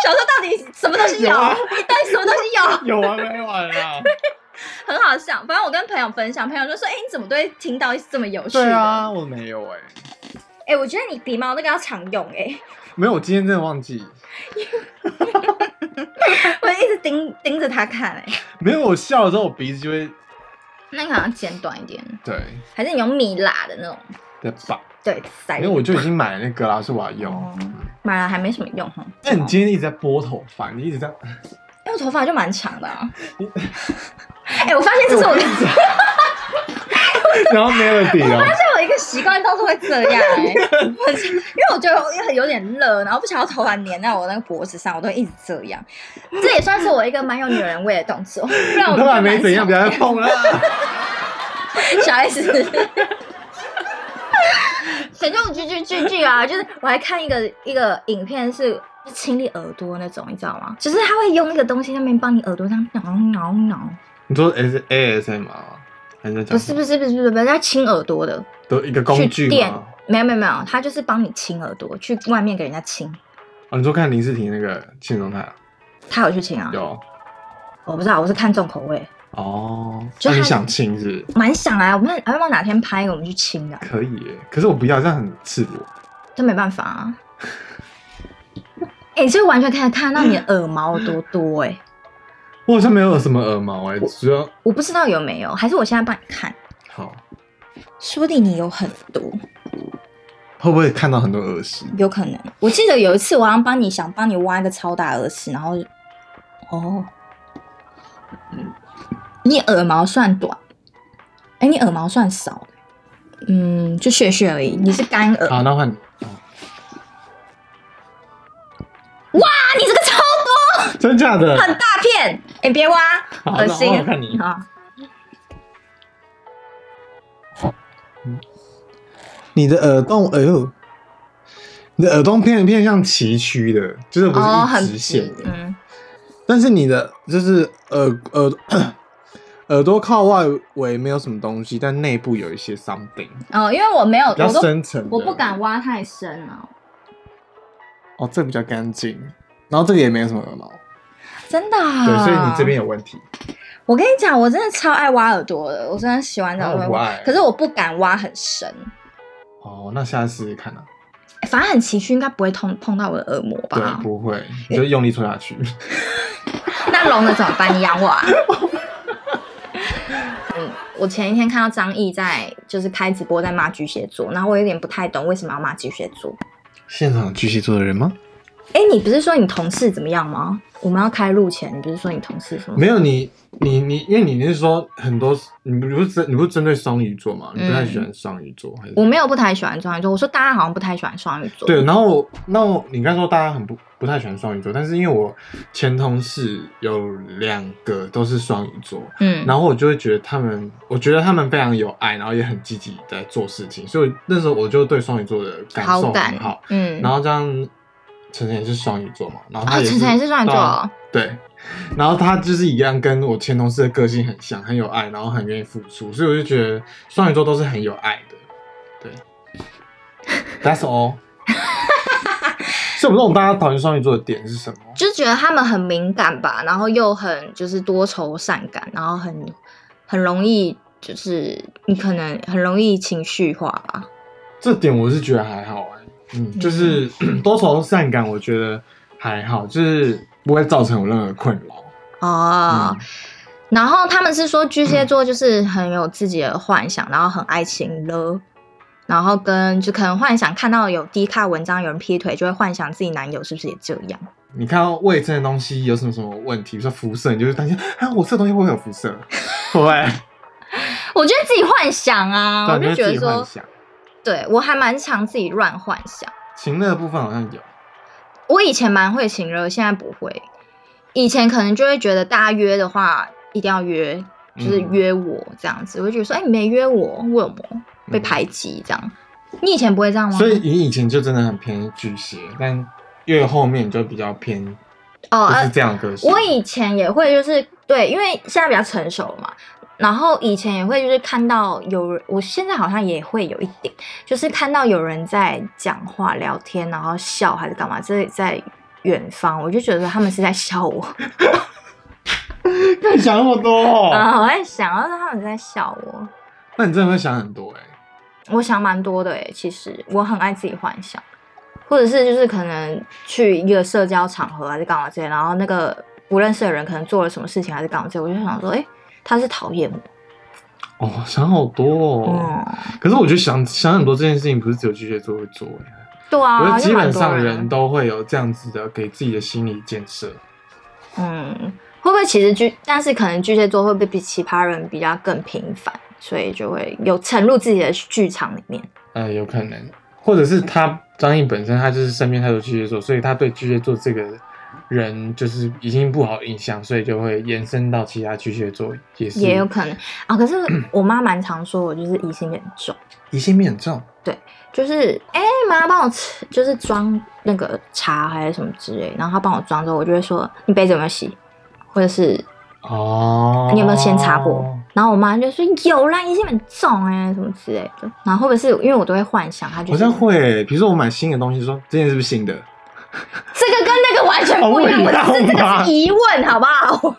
想说到底什么东西有，有啊到底什么东西有。有完没完 啊？很好笑。反正我跟朋友分享，朋友就说：“哎、你怎么都会听到这么有趣的？”对啊，我没有哎，哎、我觉得你鼻毛那个要常用哎、没有，我今天真的忘记。 我一直盯盯着他看哎、没有，我笑的时候我鼻子就会那你好像剪短一点，对还是你用米拉的那种？在拔，对，塞因为我就已经买那个啦，是我要用。哦买了还没什么用哈。那你今天一直在拨头发，你一直在，因为我头发就蛮长的啊。哎、我发现这是我，发 然后 Melody 哦，现我一个习惯，到处会这样哎、我因为我觉得有点热，然后不想要头发粘啊在我那个脖子上，我都会一直这样。这也算是我一个蛮有女人味的 动作，不然我你头发就蛮没怎样，丑不要再碰了。小 S。反正我就就就就啊，就是我还看一个一个影片是，就清理耳朵那种，你知道吗？就是他会用那个东西上面帮你耳朵这样挠挠挠，你说 S A S M 吗？还是在讲不是不是不是不是不是，要清耳朵的，的一个工具去电吗？，没有没有没有，他就是帮你清耳朵，去外面给人家清，哦，你说看林世婷那个现状态啊他有去清啊？有我不知道，我是看重口味，哦，就那你它想亲是不是蛮想啊，我们要不要哪天拍一个我们去清的啊？可以耶，可是我不要，这样很赤裸。这没办法啊。 哎、欸，这完全可以看到你的耳毛有多多哎、我好像没有什么耳毛哎，主要我不知道有没有，还是我现在帮你看，好说不定你有很多，会不会看到很多耳屎？有可能。我记得有一次我好像帮你想帮你挖一个超大耳屎，然后哦，你耳毛算短，哎、你耳毛算少，嗯，就屑屑而已，你是干耳，好，那换你。啊，你这个超多，真假的？很大片，哎、别挖，好恶心那我看你啊。你的耳洞，哎呦，你的耳洞偏偏向崎岖的，就是不哦，是很一直线直的。嗯，但是你的就是耳耳 耳朵靠外围没有什么东西，但内部有一些 something 哦，因为我没有，我比较都深层的。我不敢挖太深啊了，哦，这比较干净，然后这个也没有什么耳毛，真的、啊。对，所以你这边，有问题。我跟你讲，我真的超爱挖耳朵的，我真的喜欢这样那我不挖爱，可是我不敢挖很深，哦，那下次试试看啊。欸反正很崎岖，应该不会痛碰到我的耳膜对，吧？不会，你就用力戳下去。那聋了怎么办？你养我啊？ 嗯，我前一天看到张译在就是开直播在骂巨蟹座，然后我有点不太懂为什么要骂巨蟹座。现场有巨蟹座的人吗？哎、你不是说你同事怎么样吗？我们要开录前，你不是说你同事什么？没有你，你你，因为你是说很多，你不是针，你不是针对双鱼座嘛？你不太喜欢双鱼座，还是嗯我没有不太喜欢双鱼座，我说大家好像不太喜欢双鱼座。对？然后我那我你刚才说大家很不不太喜欢双鱼座，但是因为我前同事有两个都是双鱼座，嗯，然后我就会觉得他们，我觉得他们非常有爱，然后也很积极在做事情，所以那时候我就对双鱼座的感好受感很好。，嗯，然后这样，晨晨也是双鱼座嘛，然后他啊，也是、晨晨也是双鱼座对哦啊，对，然后他就是一样，跟我前同事的个性很像，很有爱，然后很愿意付出，所以我就觉得双鱼座都是很有爱的。对，That's all。所以我不懂大家讨厌双鱼座的点是什么？就是觉得他们很敏感吧，然后又很就是多愁善感，然后很很容易就是你可能很容易情绪化吧。这点我是觉得还好哎、嗯，就是 多愁善感，我觉得还好，就是不会造成我任何困扰。哦，嗯然后他们是说巨蟹座就是很有自己的幻想，然后很爱情了，然后跟就可能幻想看到有低卡文章有人劈腿，就会幻想自己男友是不是也这样。你看到未证的东西有什么什么问题，比如说辐射，你就会担心啊，我这东西会不会有辐 射？会不会，我觉得自己幻想啊，我对，你觉会自得己幻说，想。对我还蛮常自己乱幻想。情乐的部分好像有，我以前蛮会情热，现在不会。以前可能就会觉得大家约的话一定要约，就是嗯约我这样子，我就觉得说，哎、你没约我，为什么被嗯排挤这样？你以前不会这样吗？所以你以前就真的很偏巨蟹，但越后面你就比较偏，哦，就呃是这样的个性。我以前也会，就是对，因为现在比较成熟了嘛。然后以前也会就是看到有人，我现在好像也会有一点，就是看到有人在讲话、聊天，然后笑还是干嘛，这在远方，我就觉得他们是在笑我。你想那么多哦，啊、我在想，然后他们在笑我，那你真的会想很多哎、我想蛮多的诶。其实我很爱自己幻想，或者是就是可能去一个社交场合还是干嘛之类，然后那个不认识的人可能做了什么事情还是干嘛之类，我就想说，诶，他是讨厌我。哦，想好多哦。嗯，可是我觉得想想很多这件事情，不是只有巨蟹座会做哎、对我觉啊，得基就蛮本多上人人，都会有这样子的给自己的心理建设。嗯，会不会其实巨，但是可能巨蟹座会不会比其他人比较更频繁，所以就会有沉入自己的剧场里面。呃，有可能，或者是他张译本身他就是身边太多巨蟹座，所以他对巨蟹座这个人就是已经不好的印象，所以就会延伸到其他巨蟹座也是 也有可能啊、可是我妈蛮常说我就是疑心很重，疑心病很重。就是哎、妈帮我吃，就是装那个茶还是什么之类，然后他帮我装之后，我就会说你杯子有没有洗，或者是哦，你有没有先擦过？然后我妈就说有啦，你是很重哎、什么之类的。然后或者是因为我都会幻想，她就好是像会，比如说我买新的东西，说这件是不是新的？啊这个跟那个完全不一样，哦我不一样只是这个吗是疑问，好不好？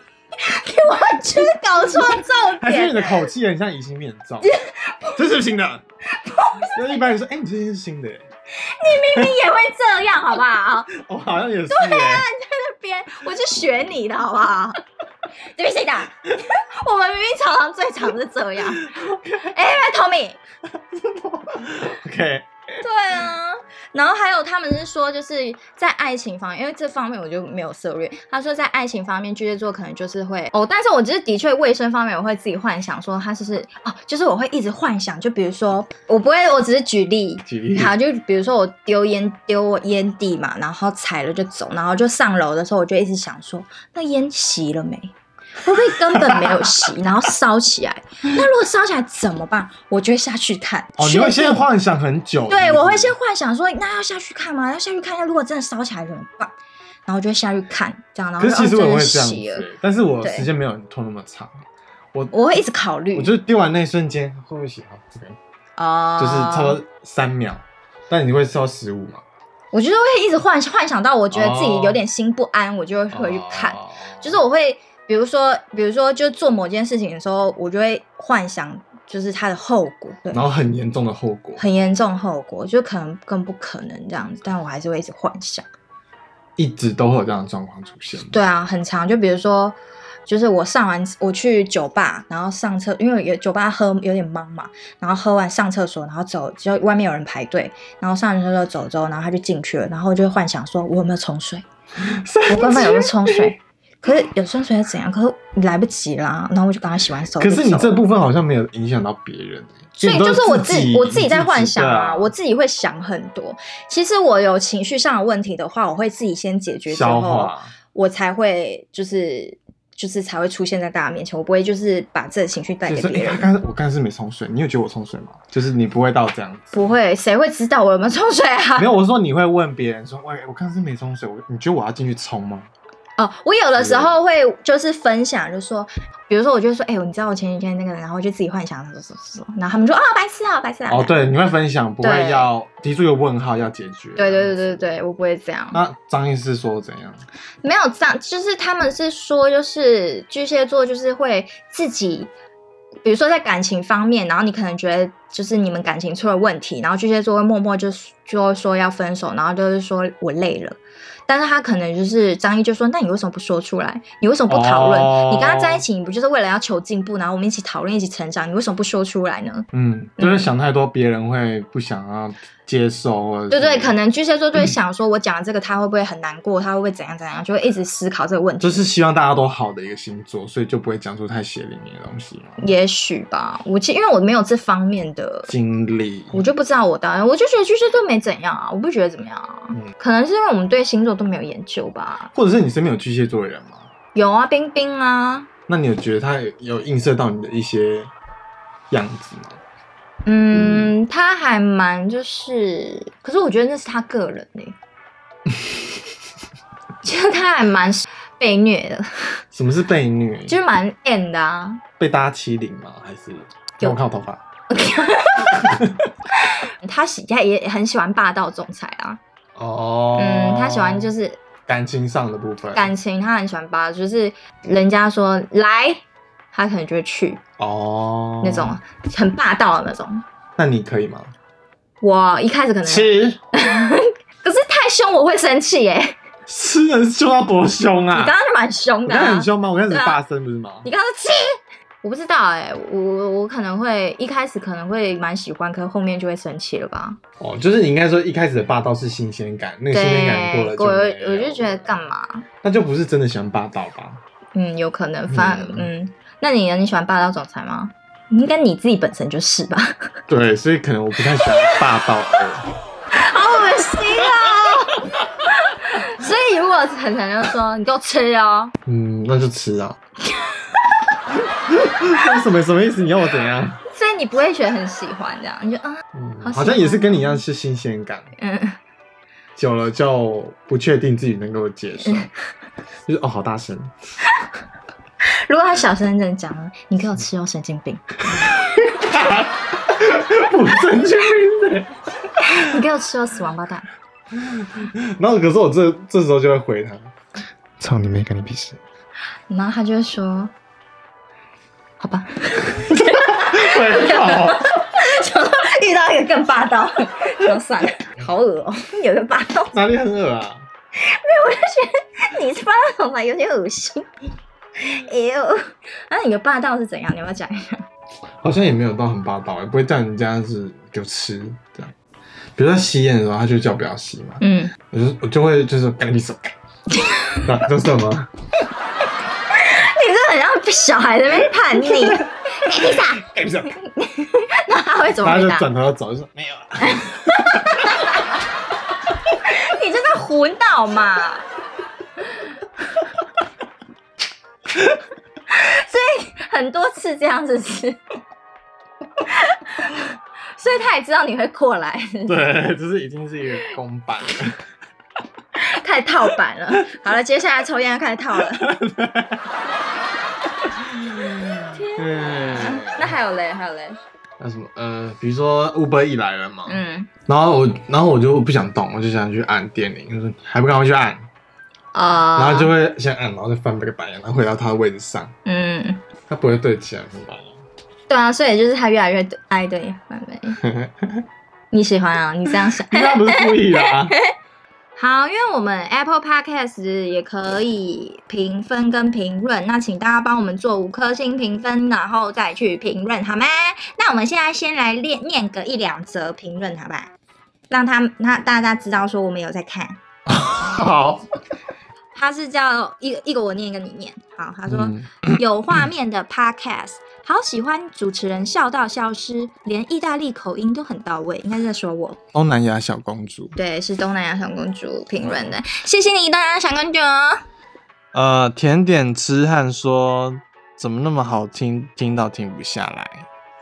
你完全搞错重还是你点，的口气很像疑心病很重？这是不是新的？那一般人说，哎、你这件是新的、欸，你也会这样，好不好？我好像也是、啊欸。那边我就学你的，好不好？对不起的， 我们明明常常最常是这样。哎、，Tommy， OK， 对啊，然后还有他们是说，就是在爱情方面，因为这方面我就没有涉略。他说在爱情方面，巨蟹座可能就是会哦，但是我就是的确卫生方面，我会自己幻想说他是不是哦，就是我会一直幻想，就比如说我不会，我只是举例。举例。好，就比如说我丢烟丢我烟蒂嘛，然后踩了就走，然后就上楼的时候，我就一直想说，那烟熄了没？会不会根本没有熄，然后烧起来？那如果烧起来怎么办？我就会下去看。哦，你会确定先幻想很久。对，是不是我会先幻想说，那要下去看吗？要下去看一下，如果真的烧起来怎么办？然后就会下去看，这样，然后可是其实就我哦也会真的这样子洗了，欸，但是我对时间没有你拖那么长。我我会一直考虑，我就是丢完那一瞬间会不会喜欢？对哦，就是差不多三秒，但你会烧十五嘛？我就是会一直幻幻想到我觉得自己有点心不安，我就会回去看，哦就是我会比如说，比如说就做某件事情的时候，我就会幻想就是它的后果，对，然后很严重的后果，很严重后果，就可能更不可能这样子，但我还是会一直幻想。一直都会有这样的状况出现。对啊，很长。就比如说，就是我上完我去酒吧，然后上厕，因为有酒吧喝有点忙嘛，然后喝完上厕所，然后走，就外面有人排队，然后上完厕所走之后，然后他就进去了，然后我就幻想说我有没有冲 水，我根本有没有冲水。 可是有冲水又怎样？可是来不及啦，然后我就赶快洗完手就可走了。是你这部分好像没有影响到别人欸，所以就是我自己，己我自己在幻想啊，我自自己会想很多。其实我有情绪上的问题的话，我会自己先解决己之消后，化。我才会就是就是才会出现在大家面前，我不会就是把这个情绪带就给是别哎，人。他刚我刚才是没冲水，你有觉得我冲水吗？就是你不会到这样子。不会，谁会知道我有没有冲水啊没？有，我是说你会问别人说，喂，我刚才是没冲水，我你觉得我要进去冲吗？哦，我有的时候会就是分享，就说，比如说我就说，哎、呦，你知道我前几天那个，然后就自己幻想什么什么什么，然后他们就啊、白痴啊，白痴啊。哦，对，你会分享，不会对要提出一个问号要解决。对对对对对，我不会这样。那张医师说怎样？没有这样，就是他们是说，就是巨蟹座就是会自己，比如说在感情方面，然后你可能觉得就是你们感情出了问题，然后巨蟹座会默默就就会说要分手，然后就是说我累了。但是他可能就是张一就说，那你为什么不说出来？你为什么不讨论哦你跟他在一起，你不就是为了要求进步，然后我们一起讨论，一起成长？你为什么不说出来呢？嗯，就是想太多，别人会不想要接受，或者对是对，可能巨蟹座嗯就会想说，我讲了这个他会不会很难过？他会不会怎样怎样？就会一直思考这个问题。就是希望大家都好的一个星座，所以就不会讲出太血淋淋的东西嘛。也许吧，我其因为我没有这方面的，经历，我就不知道我当然，我就觉得巨蟹座没怎样啊，我不觉得怎么样啊，嗯可能是因为我们对星座都没有研究吧。或者是你身边有巨蟹座的人吗？有啊，冰冰啊，那你有觉得他有有映射到你的一些样子吗？嗯，他还蛮就是，可是我觉得那是他个人呢、 就是他还蛮被虐的，什么是被虐？就是蛮 N 的啊。被大家欺凌吗？还是有让我看我头发？他喜他也很喜欢霸道总裁啊，哦，嗯，他喜欢就是是感情上的部分。感情他很喜欢吧，就是人家说来，他可能就会去哦，那种很霸道的那种。那你可以吗？我一开始可能，吃可是太凶我会生气耶、吃人凶到多凶你啊！刚刚就蛮凶我的、啊刚啊，才很凶吗？我刚才对啊很大声不是吗你？刚刚说气，我不知道哎、我我我可能会一开始可能会蛮喜欢，可是后面就会生气了吧？哦，就是你应该说一开始的霸道是新鲜感，那个新鲜感过了对，就我没有我就觉得干，嘛？那就不是真的喜欢霸道吧？嗯，有可能，反嗯嗯，那你呢？你喜欢霸道总裁吗？应该你自己本身就是吧？对，所以可能我不太喜欢霸道 二。好恶心哦！所以如果很常就说你给我吃哦， 嗯，那就吃啊。那什么什么意思？你要我怎样？所以你你不会觉得很喜欢这样，你就啊，嗯好好像喜也是欢跟哦你一样是新鲜感，嗯，久了就不确定自己能够接 受，就是哦，好大声， 如果他小声这样讲呢，你给我吃哦，神经病，不正确名字。你给我吃哦，死王八蛋，然后可是我这这时候就会回他，操你妹，干你屁 事！然后他就会说，好吧，会跑，遇到一个更霸 道，就算了，好恶哦、有个霸道， 哪里很恶啊？你这霸道吧有点恶 心，哎呦，那、你的霸道是怎样？你要不要讲一下？好像也没有到很霸道，也不会叫人家是给我吃这样。比如说吸烟的时候，他就叫不要吸嘛，嗯，我就我就会就是赶紧 手，那这是什么？你这很像小孩在那边叛 逆，赶紧手，那他会怎么他回就答？转头要走，就说没有啊了。你真的胡闹嘛！ 所以很多次这样子吃，所以他也知道你会过来，对，这是已经是一个公版了。太套版了。好了，接下来抽烟要开始套了。嗯，那还有嘞，还有嘞，那什么呃，比如说 Uber 一来了嘛，嗯，然后我然后我就不想动，我就想去按电铃，就是还不赶快去按，啊、然后就会先按，然后就翻个白眼，然后回到他的位置上，嗯，他不会对起来翻白对啊，所以就是他越来越爱对你翻白眼。眼，你喜欢啊？你这样想。因为他不是故意的啊。好，因为我们 Apple Podcast 也可以评分跟评论，那请大家帮我们做五颗星评分，然后再去评论，好吗？那我们现在先来念念个一两则评论，好吧？让他他大家知道说我们有在看。 好，他是叫一个一个我念一个你念，好，他说、嗯有画面的 Podcast，好喜欢主持人笑到消失，连意大利口音都很到位，应该是在说我。东南亚小公主，对，是东南亚小公主评论的，谢谢你，东南亚小公主。呃，甜点痴汉说怎么那么好听，听到停不下来。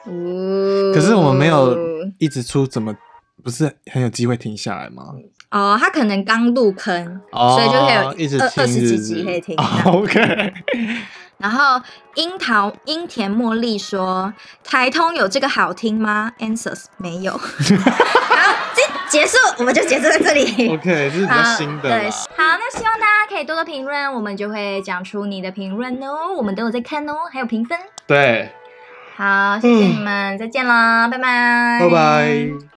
哦可是我们没有一直出，怎么不是很有机会停下来吗？哦，他可能刚入坑，哦所以就可以有一直二听哦二十是几不是集可以听。 OK， 然后樱桃樱田茉莉说：“台通有这个好听吗？”Answers 没 有。好，这结束，我们就结束在这里。 OK，这是比较好，新的对，啦。好，那希望大家可以多多评论，我们就会讲出你的评论哦，我们都有在看哦，还有评分。对，好，谢谢你们，再见啦，拜嗯拜，拜拜。